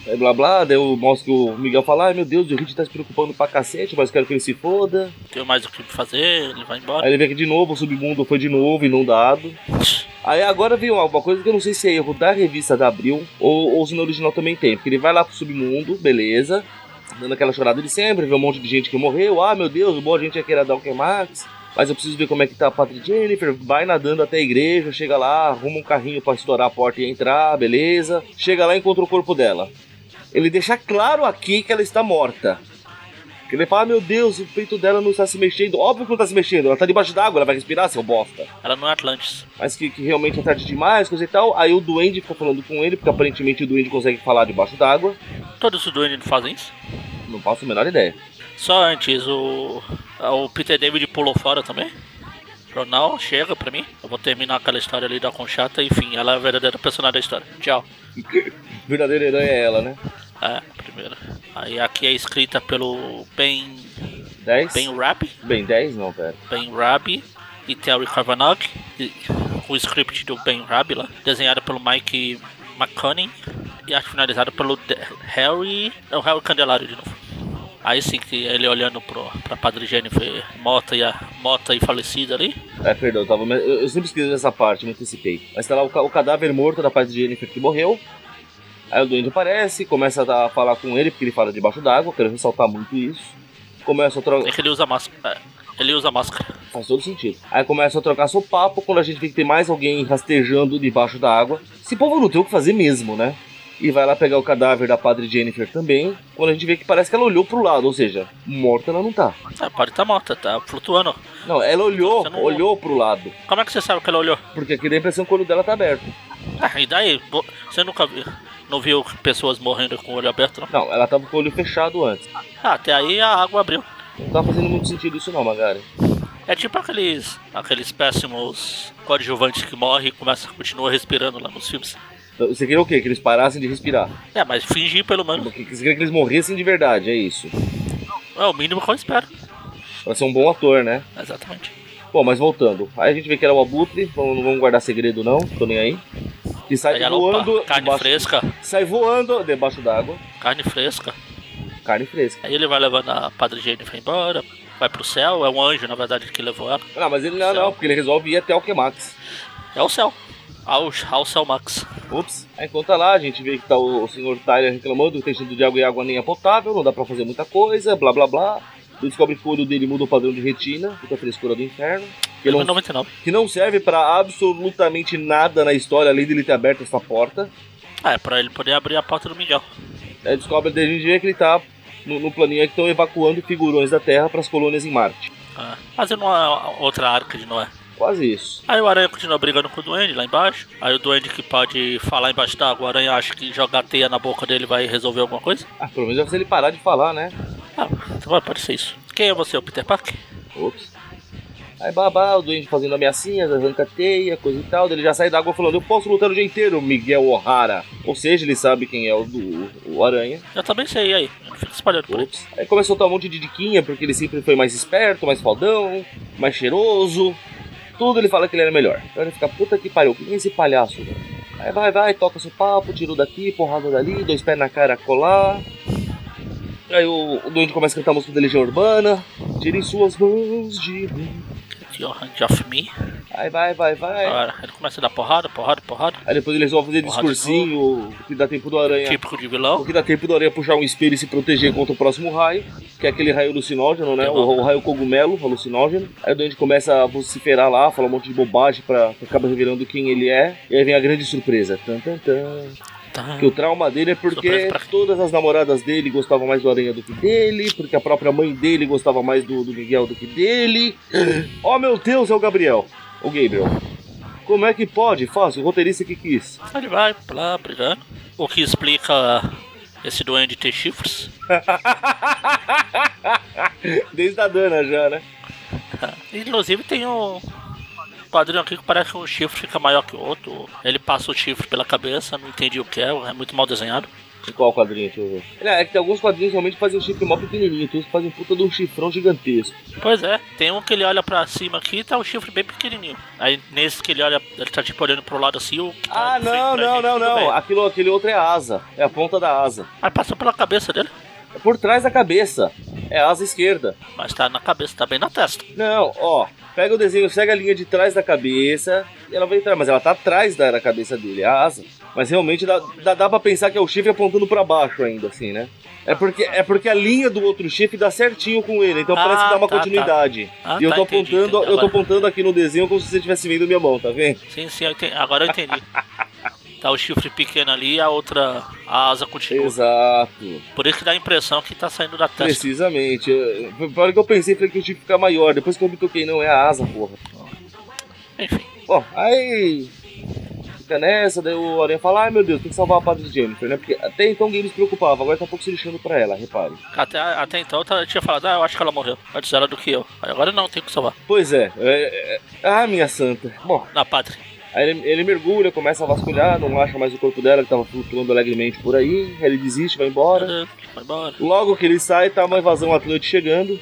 é, blá blá. Daí eu mostro que o Miguel fala: ai meu Deus, o Hit tá se preocupando pra cacete, mas quero que ele se foda.
Tem mais o que fazer, ele vai embora.
Aí ele vem aqui de novo, o submundo foi de novo inundado. Aí agora veio uma uma coisa que eu não sei se é erro da revista da Abril ou, ou se no original também tem. Porque ele vai lá pro submundo, beleza. Dando aquela chorada de sempre, vê um monte de gente que morreu. Ah, meu Deus, boa gente ia querer dar o que Max. Mas eu preciso ver como é que tá a Patri Jennifer. Vai nadando até a igreja, chega lá, arruma um carrinho pra estourar a porta e entrar, beleza. Chega lá e encontra o corpo dela. Ele deixa claro aqui que ela está morta. Ele fala, ah, meu Deus, o peito dela não está se mexendo. Óbvio que não está se mexendo, ela tá debaixo d'água, ela vai respirar, seu bosta
Ela não é Atlantis.
mas que, que realmente é tarde demais, coisa e tal. Aí o Duende fica falando com ele, porque aparentemente o Duende consegue falar debaixo d'água.
Todos os duendes não fazem isso.
Não faço a menor ideia.
Só antes, o, o Peter David pulou fora também. Jornal, chega pra mim. Eu vou terminar aquela história ali da Conchata. Enfim, ela é a verdadeira personagem da história. Tchau.
Verdadeira herói é ela, né?
É, primeiro. Aí aqui é escrita pelo Ben.
10?
Ben Rabi.
Bem, 10 não, velho.
Ben Rabi e Terry Kavanagh. E o script do Ben Rabi lá. Desenhado pelo Mike McCunning. E arte finalizada pelo De- Harry. Não, Harry Candelário de novo. Aí sim que ele olhando pro, pra Padre Jennifer morta e, a, morta e falecida ali.
É, perdão, eu, tava, eu, eu sempre esqueci dessa parte, me antecipei. Mas tá lá o, ca- o cadáver morto da parte de Jennifer que morreu. Aí o Duende aparece, começa a dar- falar com ele, porque ele fala debaixo d'água, quero ressaltar muito isso. Começa a
É
trocar.
que ele usa máscara. É, ele usa máscara.
Faz todo sentido. Aí começa a trocar seu papo quando a gente vê que tem mais alguém rastejando debaixo da água. Esse povo não tem o que fazer mesmo, né? E vai lá pegar o cadáver da padre Jennifer também. Quando a gente vê que parece que ela olhou pro lado, ou seja, morta ela não tá.
Ah, pode estar tá morta, tá flutuando.
Não, ela olhou,
Você não-
olhou pro lado.
Como é que você sabe que ela olhou?
Porque aqui dá a impressão que o olho dela tá aberto.
Ah, e daí? Bo- Você nunca viu, não viu pessoas morrendo com o olho aberto, não?
Não, ela tava com o olho fechado antes.
Ah, até aí a água abriu.
Não tá fazendo muito sentido isso não, Magari.
É tipo aqueles aqueles péssimos coadjuvantes que morrem e começa, continua respirando lá nos filmes.
Então, Você queria o quê? Que eles parassem de respirar. Tipo,
É, mas fingir pelo menos.
Que- que Você queria que eles morressem de verdade, é isso.
É o mínimo que eu espero.
Pra ser um bom ator, né?
Exatamente.
é um Bom, mas voltando. Aí a gente vê que era o Abutre, então não vamos guardar segredo não, tô nem aí. que sai
Aí ela, opa,
voando.
carne
debaixo-
fresca,
Sai voando debaixo d'água.
carne fresca.
Carne fresca.
Aí ele vai levando a Padre Jennifer embora, vai pro céu, é um anjo, na verdade, que levou ela.
Não, Ah, mas ele não, é,
Céu.
não, porque ele resolve ir até o Quemax.
É o céu. Ao, ao céu Max.
Ops. Aí enquanto tá lá, a gente vê que tá o, o senhor Tyler reclamando que tem cheio de água e água nem é potável, não dá pra fazer muita coisa, blá blá blá. Ele descobre que o olho dele muda o padrão de retina, fica a frescura do inferno. Que
Ele é
não,
99.
que não serve pra absolutamente nada na história, além dele ter aberto essa porta.
Ah, é pra ele poder abrir a porta do Miguel.
Aí né, descobre desde a gente vê que ele tá no, no planinho que estão evacuando figurões da Terra pras colônias em Marte.
Ah, fazendo uma outra arca de Noé.
Quase isso.
Aí o Aranha continua brigando com o Duende lá embaixo. Aí o Duende que pode falar embaixo d'água, o Aranha acha que jogar a teia na boca dele vai resolver alguma coisa.
Ah, pelo menos é se ele parar de falar, né?
Ah, então vai parecer isso. Quem é você, o Peter Parker?
Ops. Aí babá, o doente fazendo ameaçinhas, arranca teia, coisa e tal. Daí Ele já sai da água falando, eu posso lutar o dia inteiro, Miguel O'Hara. Ou seja, ele sabe quem é o do o Aranha.
Eu também sei, e aí? Eu não fico espalhando por aí.
Ops. Aí começa a soltar um monte de diquinha, porque ele sempre foi mais esperto, mais faldão, mais cheiroso. Tudo ele fala que ele era melhor. Aí ele fica, puta que pariu, quem é esse palhaço? velho?" Aí vai, vai, toca seu papo, tirou daqui, porrada dali, dois pés na cara, colar. Aí o, o doente começa a cantar a música da Legião Urbana. Tirem suas mãos de mim.
Aqui, ó, hand off me.
Aí vai, vai, vai.
Agora, ele começa a dar porrada, porrada, Ah. porrada.
Aí depois eles vão fazer
Porra,
discursinho que dá tempo do aranha.
Típico de
O
vilão.
que dá tempo do aranha puxar um espelho e se proteger contra o próximo raio, que é aquele raio alucinógeno, né? O, o raio cogumelo alucinógeno. Aí o doente começa a vociferar lá, falar um monte de bobagem pra que acaba revelando quem ele é. E aí vem a grande surpresa. Tan, tan, tan.
Tá.
Que o trauma dele é porque
Surpresa pra quem?
todas as namoradas dele gostavam mais do Aranha do que dele, porque a própria mãe dele gostava mais do, do Miguel do que dele. Oh meu Deus, é o Gabriel. O Gabriel. Como é que pode? Fácil, o roteirista que quis.
Ele vai pra lá brigando. O que explica esse Duende ter chifres.
Desde a Dana já, né?
Inclusive tem um quadrinho aqui que parece que um chifre fica maior que o outro. Ele passa o chifre pela cabeça, não entendi o que é, é muito mal desenhado.
De qual quadrinho, deixa eu ver. É, é que tem alguns quadrinhos que realmente fazem um chifre mó pequenininho, tem uns que fazem puta de um chifrão gigantesco.
Pois é, tem um que ele olha pra cima aqui e tá um chifre bem pequenininho. Aí nesse que ele olha, ele tá tipo olhando pro lado assim. O
Ah,
de frente
não,
pra
não,
gente,
não,
tudo
não.
bem.
Aquilo, aquele outro é a asa. É a ponta da asa.
Aí passou pela cabeça dele,
É por trás da cabeça. É a asa esquerda.
mas tá na cabeça, tá bem na testa.
Não, ó. Pega o desenho, segue a linha de trás da cabeça e ela vai entrar, mas ela tá atrás da, da cabeça dele, é a asa. Mas realmente dá, dá, dá pra pensar que é o chifre apontando pra baixo ainda, assim, né? É porque, é porque a linha do outro chifre dá certinho com ele, então
Ah,
parece que dá uma
tá,
continuidade.
tá. Ah,
e eu
tá,
tô
entendi,
apontando,
entendi
eu tô
agora.
apontando aqui no desenho como se você tivesse vendo minha mão, tá vendo?
Sim, sim, eu entendi. agora eu entendi. tá o chifre pequeno ali e a outra, a asa continua.
Exato.
Por isso que dá a impressão que tá saindo da testa.
Precisamente. Eu- eu- Na hora que eu pensei, falei que o chifre fica maior. Depois que eu me toquei, não, é a asa, porra.
Enfim.
Bom, aí. Fica nessa, daí o Aranha fala: ai meu Deus, tem que salvar a Padre Jennifer, né? Porque até então ninguém se preocupava, agora tá um pouco se lixando pra ela, repare.
Até, até então eu tava- tinha falado, ah, eu acho que ela morreu antes dela do que eu. Aí Agora não, tem que salvar.
Pois é, é, é- ah, minha santa. Bom,
Na pátria.
aí ele, ele mergulha, começa a vasculhar, não acha mais o corpo dela, que tava flutuando alegremente por aí, aí ele desiste, vai embora.
Vai embora.
Logo que ele sai, tá uma invasão Atlante chegando.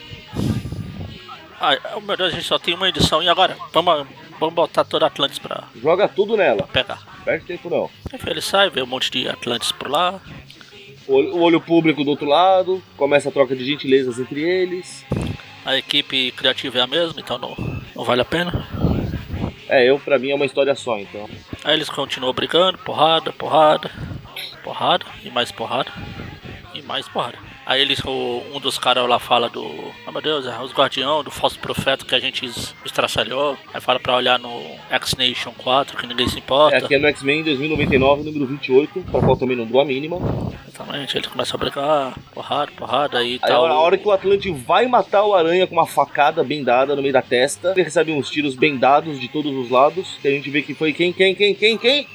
Ai, oh, meu Deus, a gente só tem uma edição e agora? Vamos, vamos botar toda a Atlantis pra
joga tudo nela.
pegar.
Perde tempo não.
Enfim, ele sai, vê um monte de Atlantis por lá.
O olho, o olho público do outro lado, começa a troca de gentilezas entre eles.
A equipe criativa é a mesma, então não, não vale a pena.
É, eu pra mim é uma história só, então.
Aí eles continuam brigando, porrada, porrada, porrada e mais porrada e mais porrada. Aí eles, o- um dos caras lá fala do, ah meu Deus, é os guardião do falso profeta que a gente es- estraçalhou. Aí fala pra olhar no X-Nation 4 que ninguém se importa.
É, aqui é no X-Men 2099, número 28, pra qual também não dou a mínima.
Exatamente, eles começam a brigar, porrada, porrada aí
Aí,
tal.
a hora que o Atlante vai matar o Aranha com uma facada bem dada no meio da testa, ele recebe uns tiros bem dados de todos os lados, que a gente vê que foi quem, quem, quem, quem, quem?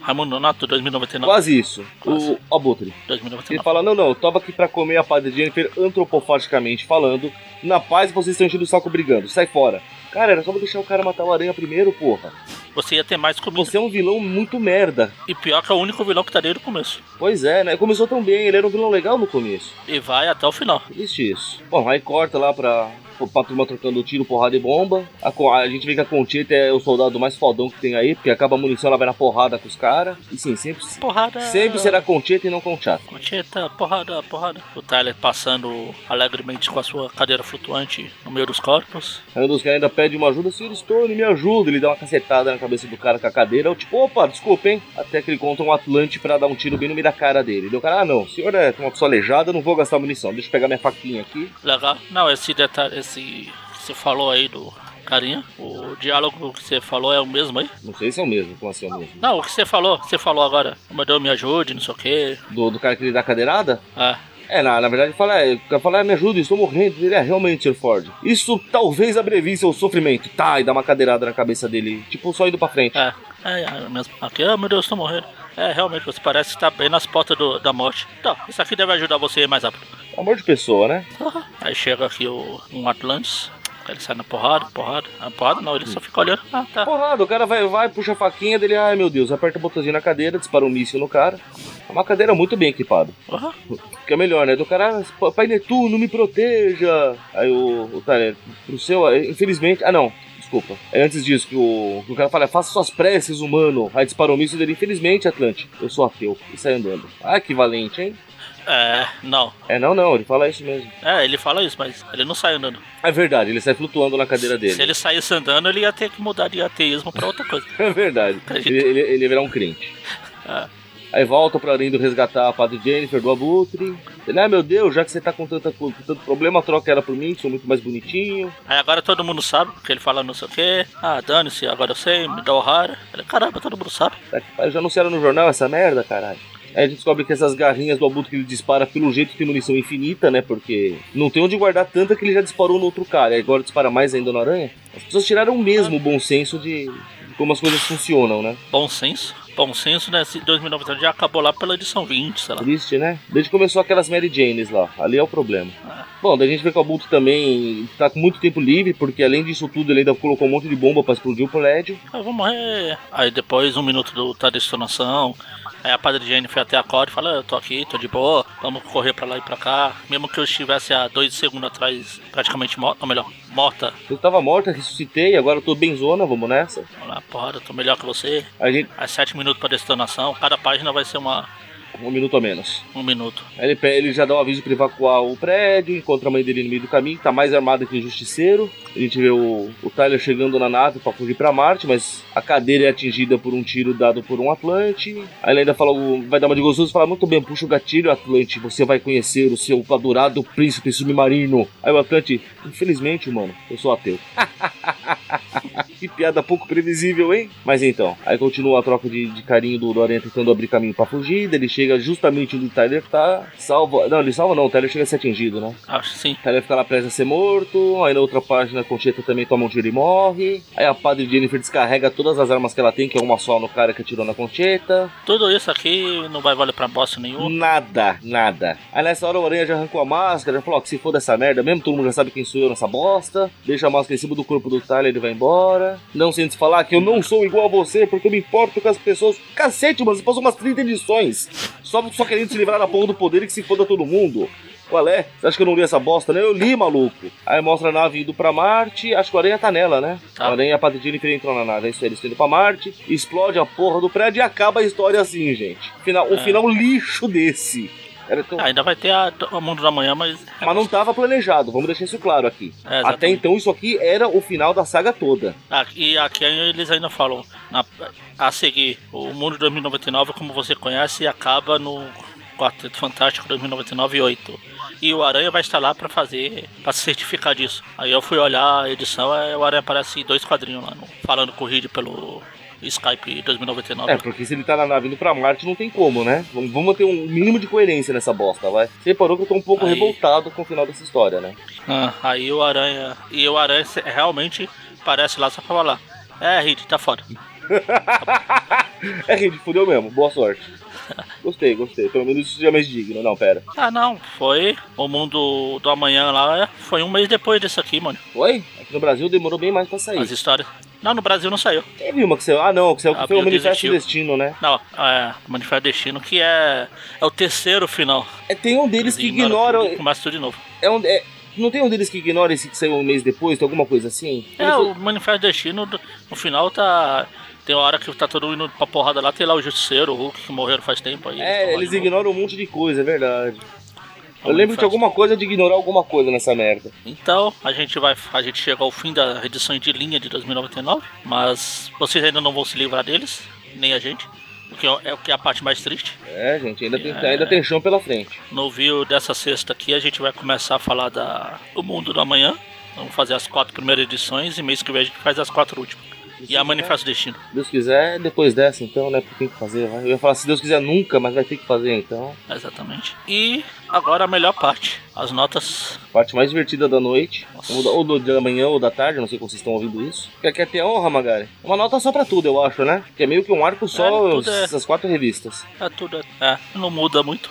Raimundo Nonato, 2099.
Quase isso.
Quase.
O Abutre. Ele
2099.
fala, não, não, eu tava aqui pra comer a Padre Jennifer antropofagicamente falando. Na paz vocês estão enchendo o saco brigando, sai fora. Cara, era só pra deixar o cara matar o aranha primeiro, porra.
Você ia ter mais comida.
Você é um vilão muito merda.
E pior que é o único vilão que tá desde o começo.
Pois é, né? Começou tão bem, ele era um vilão legal no começo.
E vai até o final.
Existe isso. Bom, aí corta lá pra a turma trocando tiro, porrada e bomba. A, co- a gente vê que a Conchita é o soldado mais fodão que tem aí, porque acaba a munição, ela vai na porrada com os caras. E sim, sempre,
Porrada.
sempre será Conchita e não Conchata.
Concheta, porrada, porrada. O Tyler passando alegremente com a sua cadeira flutuante no meio dos corpos.
Aí um dos caras ainda pede uma ajuda, Sr. Stone, me ajuda. Ele dá uma cacetada na cabeça do cara com a cadeira. Eu, tipo, opa, desculpa, hein? Até que ele conta um Atlante pra dar um tiro bem no meio da cara dele. Deu o cara, ah, não, o senhor é uma pessoa aleijada, eu não vou gastar munição. Deixa eu pegar minha faquinha aqui.
Legal. Não, esse detalhe, esse que você falou aí do carinha, o diálogo que você falou é o mesmo aí?
Não sei se é o mesmo, como assim é o mesmo?
Não, o que você falou, você falou agora, mandou me ajude, não sei o que.
Do, do cara que ele dá a cadeirada?
Ah,
É, na, na verdade, ele fala, é, o cara fala, ah, me ajuda, estou morrendo. Ele é realmente, Sr. Ford. Isso talvez abrevie seu sofrimento. Tá, e dá uma cadeirada na cabeça dele. Tipo, só indo pra frente.
é, é, é mesmo. Aqui, ah, meu Deus, tô morrendo. É, realmente, você parece que tá bem nas portas do- da morte. Então, isso aqui deve ajudar você a ir mais rápido.
Amor de pessoa, né?
Ah, Aí chega aqui o, um Atlantis, ele sai na porrada, porrada, na porrada não, ele só fica olhando. Ah, tá.
Porrada, o cara vai, vai, puxa a faquinha dele, ai meu Deus, aperta o botãozinho na cadeira, dispara um míssil no cara. É uma cadeira muito bem equipada.
Porra.
Que é melhor, né? Do cara, "Ah, Pai Netuno, me proteja! Aí o, o Tarek, pro seu, é, infelizmente. Ah não, desculpa. É antes disso que o, que o cara fala, faça suas preces, humano. Aí dispara um míssil dele, infelizmente, Atlante, eu sou ateu. E sai andando. Ah, que valente, hein?
É, não.
É não, não, ele fala isso mesmo.
É, ele fala isso, mas ele não sai andando.
É verdade, ele sai flutuando na cadeira
Se
dele.
ele saísse andando, ele ia ter que mudar de ateísmo pra outra coisa.
É verdade. Ele, ele, ele ia virar um crente.
Ah,
Aí volta pra Lindo resgatar a Padre Jennifer do Abutre. Ele, ah, meu Deus, já que você tá com, tanta, co- com tanto problema, troca ela por mim, que sou muito mais bonitinho.
Aí agora todo mundo sabe, porque ele fala não sei o que. Ah, dane-se, agora eu sei, me dá o raro. Ele, Caramba, todo mundo sabe.
Tá que pariu, Já anunciaram no jornal essa merda, caralho. Aí a gente descobre que essas garrinhas do Abutre que ele dispara, pelo jeito, tem munição infinita, né? Porque não tem onde guardar tanta que ele já disparou no outro cara. E agora dispara mais ainda na aranha. As pessoas tiraram mesmo o bom senso de de como as coisas funcionam, né?
Bom senso. Bom senso, né? Esse 2019 já acabou lá pela edição 20, sei lá.
Triste, né? Desde que começou aquelas Mary Janes lá. Ali é o problema. Bom, daí a gente vê que o Abutre também tá com muito tempo livre, porque além disso tudo, ele ainda colocou um monte de bomba pra explodir o prédio.
Ah, vou morrer. Aí depois um minuto do, tá de estonação. Aí a Padre Jane foi até a corda e fala, "Ah, eu tô aqui, tô de boa, vamos correr pra lá e pra cá. Mesmo que eu estivesse há dois segundos atrás praticamente morta, ou melhor, morta.
Eu tava morta, ressuscitei, agora eu tô benzona, vamos nessa.
Vamos lá, porra, eu tô melhor que você.
A gente.
Aí sete minutos pra detonação, cada página vai ser uma,
Um minuto a menos.
um minuto.
Aí ele, pe- ele já dá um aviso pra evacuar o prédio, encontra a mãe dele no meio do caminho, que tá mais armada que o justiceiro. A gente vê o, o Tyler chegando na nave pra fugir pra Marte, mas a cadeira é atingida por um tiro dado por um Atlante. Aí ele ainda fala, o- vai dar uma de gostoso e fala: Muito bem, puxa o gatilho, Atlante, você vai conhecer o seu adorado príncipe submarino. Aí o Atlante, infelizmente, mano, eu sou ateu. Que piada pouco previsível, hein? Mas então, aí continua a troca de, de carinho do, do Aranha tentando abrir caminho pra fugir. daí Ele chega justamente onde o Tyler tá, salva. Não, ele salva não, o Tyler chega a ser atingido, né?
Acho que sim.
O Tyler fica lá preso a ser morto. Aí na outra página, a Concheta também toma um tiro e morre. Aí a padre Jennifer descarrega todas as armas que ela tem, que é uma só no cara que atirou na Concheta.
Tudo isso aqui não vai valer pra bosta nenhuma.
Nada, nada. Aí nessa hora o Aranha já arrancou a máscara, já falou ó, que se for dessa merda mesmo, todo mundo já sabe quem sou eu nessa bosta. Deixa a máscara em cima do corpo do Tyler e vai embora. Não sem te falar que eu não sou igual a você, porque eu me importo com as pessoas. Cacete, mano, você passou umas 30 edições. Só, só querendo se livrar da porra do poder e que se foda todo mundo. Qual é? Você acha que eu não li essa bosta, né? Eu li, maluco. Aí mostra a nave indo pra Marte. Acho que o Aranha tá nela, né?
Tá.
O Aranha e a Patty Jennifer entram na nave. É isso aí, eles estão indo pra Marte. Explode a porra do prédio e acaba a história assim, gente. Final, Um
É.
final lixo desse. Era tão-
Ah, ainda vai ter a, o mundo da manhã, mas.
Mas não tava planejado, vamos deixar isso claro aqui.
É, exatamente.
Até então, isso aqui era o final da saga toda.
Ah, E aqui eles ainda falam, na- a seguir, o mundo 2099, como você conhece, acaba no Quarteto Fantástico 2099 e 8. E o Aranha vai estar lá pra fazer, pra se certificar disso. Aí eu fui olhar a edição, é, o Aranha aparece em dois quadrinhos lá, no- falando com o Reed pelo Skype 2099.
É, porque se ele tá na nave indo pra Marte, não tem como, né? Vamos vamos manter um mínimo de coerência nessa bosta, vai. Você reparou que eu tô um pouco
Aí.
revoltado com o final dessa história, né?
Ah, aí o Aranha, e o Aranha se- realmente parece lá só pra falar, é Reed, tá foda.
é, gente, fudeu mesmo. Boa sorte. Gostei, gostei. Pelo menos isso já é mais digno. Não, pera.
Ah não, foi o mundo do amanhã lá, foi um mês depois disso aqui, mano.
Oi? Aqui no Brasil demorou bem mais pra sair.
As histórias. Não, no Brasil não saiu.
Teve uma que saiu. Ah, não, que saiu que
Ah,
foi o
Bill
Manifesto do
desistiu.
Destino, né?
Não, é. Manifesto Destino, que é. É o terceiro final.
É, tem um deles que
Eles ignoram
ignora.
tudo e Começa tudo de novo.
É um, é, Não tem um deles que ignora esse que saiu um mês depois, tem alguma coisa assim?
É, o Manifesto Destino, do- no final tá. Tem uma hora que tá todo mundo indo pra porrada lá, tem lá o Justiceiro, o Hulk que morreram faz tempo aí.
É,
tão lá
eles
de novo.
ignoram um monte de coisa, é verdade.
É o
Eu lembro de
Manifesto.
alguma coisa de ignorar alguma coisa nessa merda.
Então, a gente vai. A gente chega ao fim da edição de linha de 2099, mas vocês ainda não vão se livrar deles, nem a gente. O que é, é o que é a parte mais triste.
É, gente, ainda tem,
É.
ainda tem chão pela frente.
No view dessa sexta aqui, a gente vai começar a falar da O Mundo do Amanhã. Vamos fazer as quatro primeiras edições e mês que vem a gente faz as quatro últimas.
né?
E a Manifesto Destino.
Deus quiser, depois dessa, então, né? Porque tem que fazer. vai. Eu ia falar, se Deus quiser nunca, mas vai ter que fazer, então.
Exatamente. E agora a melhor parte, as notas.
Parte mais divertida da noite.
Nossa.
Ou da, ou do dia da manhã ou da tarde, eu não sei como vocês estão ouvindo isso. Quer, quer ter honra, Magari? Uma nota só pra tudo, eu acho, né? Que é meio que um arco
É,
só,
tudo é-
essas quatro revistas.
É tudo. É, não muda muito.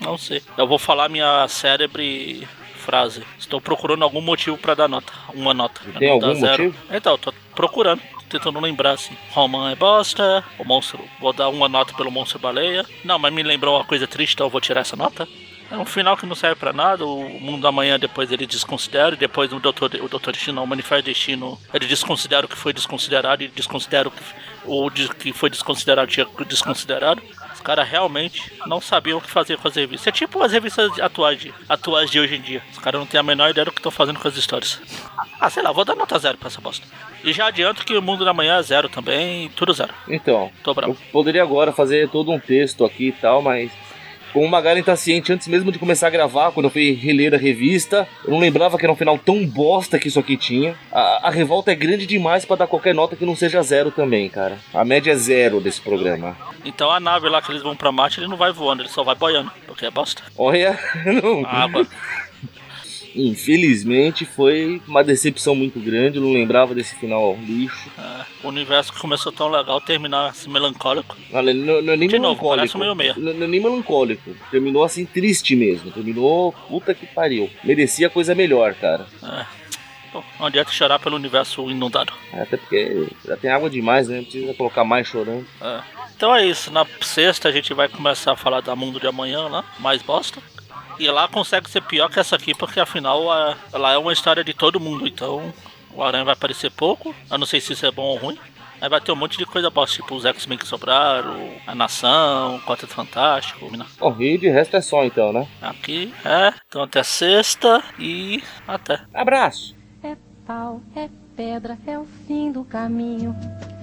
Não sei. Eu vou falar minha cérebre frase. Estou procurando algum motivo pra dar nota. Uma nota.
Tem
Nota
algum motivo?
Então, eu tô procurando. Tentando lembrar assim. Roman é bosta. O monstro. Vou dar uma nota pelo monstro baleia. Não, mas me lembrou uma coisa triste, então eu vou tirar essa nota. É um final que não serve pra nada. O mundo amanhã depois ele desconsidera. e Depois o doutor, o doutor Destino, o manifesto destino, ele desconsidera o que foi desconsiderado e desconsidera o que, o de- que foi desconsiderado tinha que desconsiderado. Os caras realmente não sabiam o que fazer com as revistas. É tipo as revistas atuais de, atuais de hoje em dia. Os caras não têm a menor ideia do que estão fazendo com as histórias. Ah, sei lá, vou dar nota zero pra essa bosta. E já adianto que o mundo da manhã é zero também, tudo zero.
Então,
Tô bravo.
eu poderia agora fazer todo um texto aqui e tal, mas como o Magaren tá ciente antes mesmo de começar a gravar, quando eu fui reler a revista, eu não lembrava que era um final tão bosta que isso aqui tinha. A, a revolta é grande demais pra dar qualquer nota que não seja zero também, cara. A média é zero desse programa.
Então a nave lá que eles vão pra Marte, ele não vai voando, ele só vai boiando, porque é bosta.
Olha, não.
A água.
Infelizmente foi uma decepção muito grande, eu não lembrava desse final lixo.
Ah, o universo que começou tão legal terminar assim melancólico.
Olha, não, não é nem
De novo,
melancólico.
parece um meio meia.
Não, não é nem melancólico. Terminou assim triste mesmo. Terminou puta que pariu. Merecia coisa melhor, cara.
Ah, bom, não adianta chorar pelo universo inundado.
É, Até porque já tem água demais, né? Não precisa colocar mais chorando.
Ah, Então é isso, na sexta a gente vai começar a falar da Mundo de Amanhã lá, mais bosta. E lá consegue ser pior que essa aqui, porque afinal a- lá é uma história de todo mundo, então o Aranha vai aparecer pouco, eu não sei se isso é bom ou ruim. Aí vai ter um monte de coisa bosta, tipo os X-Men que sobraram, a Nação, o Quarteto Fantástico, Mina-
Bom, e de resto é só então, né?
Aqui, é. Então até sexta e até.
Abraço!
É pau, é pedra, é o fim do caminho.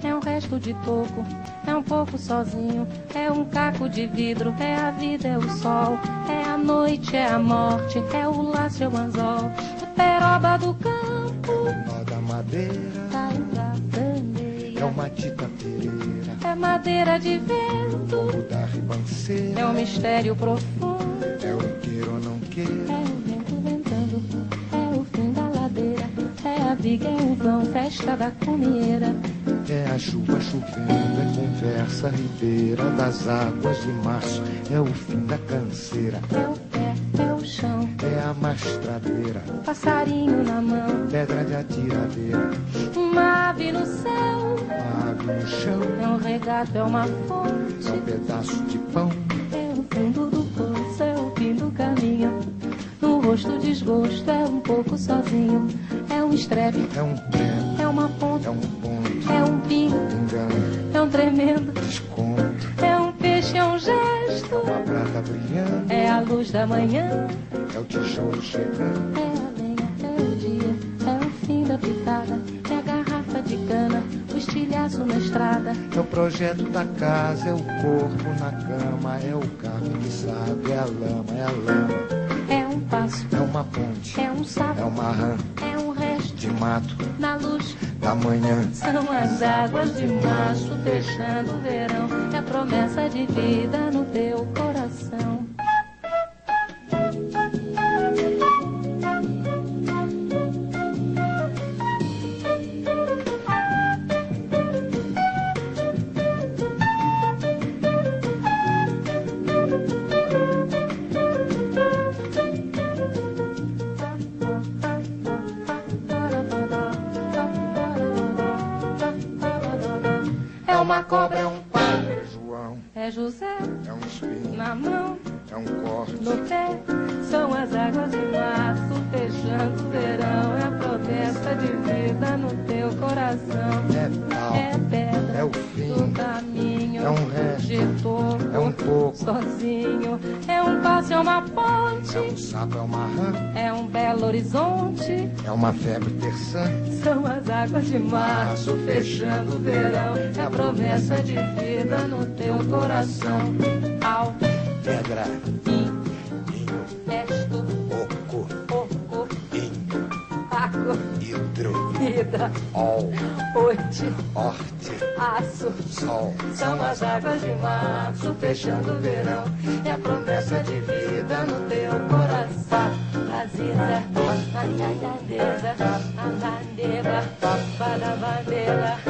É um resto de toco, é um pouco sozinho. É um caco de vidro, é a vida, é o sol. É a noite, é a morte, é o laço, é o anzol. É peroba do campo, tá
Turma da madeira
cai da candeia.
é uma tita pereira,
É madeira de vento,
o da ribanceira
é um mistério profundo.
é o queira ou não
É
queira.
o vento ventando, é o fim da ladeira. É a viga, é o vão, festa da comieira.
É a chuva chovendo, é conversa ribeira das águas de março, é o fim da canseira,
É o pé, é o chão,
é a mastradeira,
passarinho na mão,
pedra de atiradeira,
uma ave no céu,
a ave no chão,
é um regato, é uma
é um
fonte,
pedaço de pão,
é o fundo do poço, é o fim do caminho. No rosto desgosto, é um pouco sozinho, é um estreve,
é um pé,
é uma ponta,
é um ponto,
é um pingo,
engano,
é um tremendo,
desconto,
é um peixe, é um gesto,
uma prata brilhando,
é a luz da manhã.
é o tijolo chegando,
É a lenha, é o dia, é o fim da pitada, é a garrafa de cana, o estilhaço na estrada,
É o projeto da casa, é o corpo na cama, é o carro que sabe, é a lama, é a lama,
é um passo,
é uma ponte,
é um
é
sapo,
uma rã
é um resto
de mato
na luz.
da manhã.
São as águas de março fechando o verão, é a promessa de vida no teu coração. É uma cobra, é um pau,
É João,
É José
é um espinho,
na mão,
é um corte,
no pé. São as águas de março fechando o verão. É a promessa de vida no teu coração.
é
É
tal,
pedra
é o fim,
do caminho.
é um resto,
de topo,
é um pouco,
sozinho. É um passo, é uma
é um
ponte.
sapo, é uma rã,
É um belo horizonte.
é uma febre terçã,
São as águas de março fechando o verão. É a promessa de vida no teu coração. Ao
pedra,
fim,
ninho,
resto,
oco,
porco,
inho,
paco,
hidro,
vida,
ol,
oite,
orte,
aço.
sol.
São as águas de março fechando o verão. É a promessa de vida no teu coração. é Azida, a calhadeira, a bandeira, para a bandeira,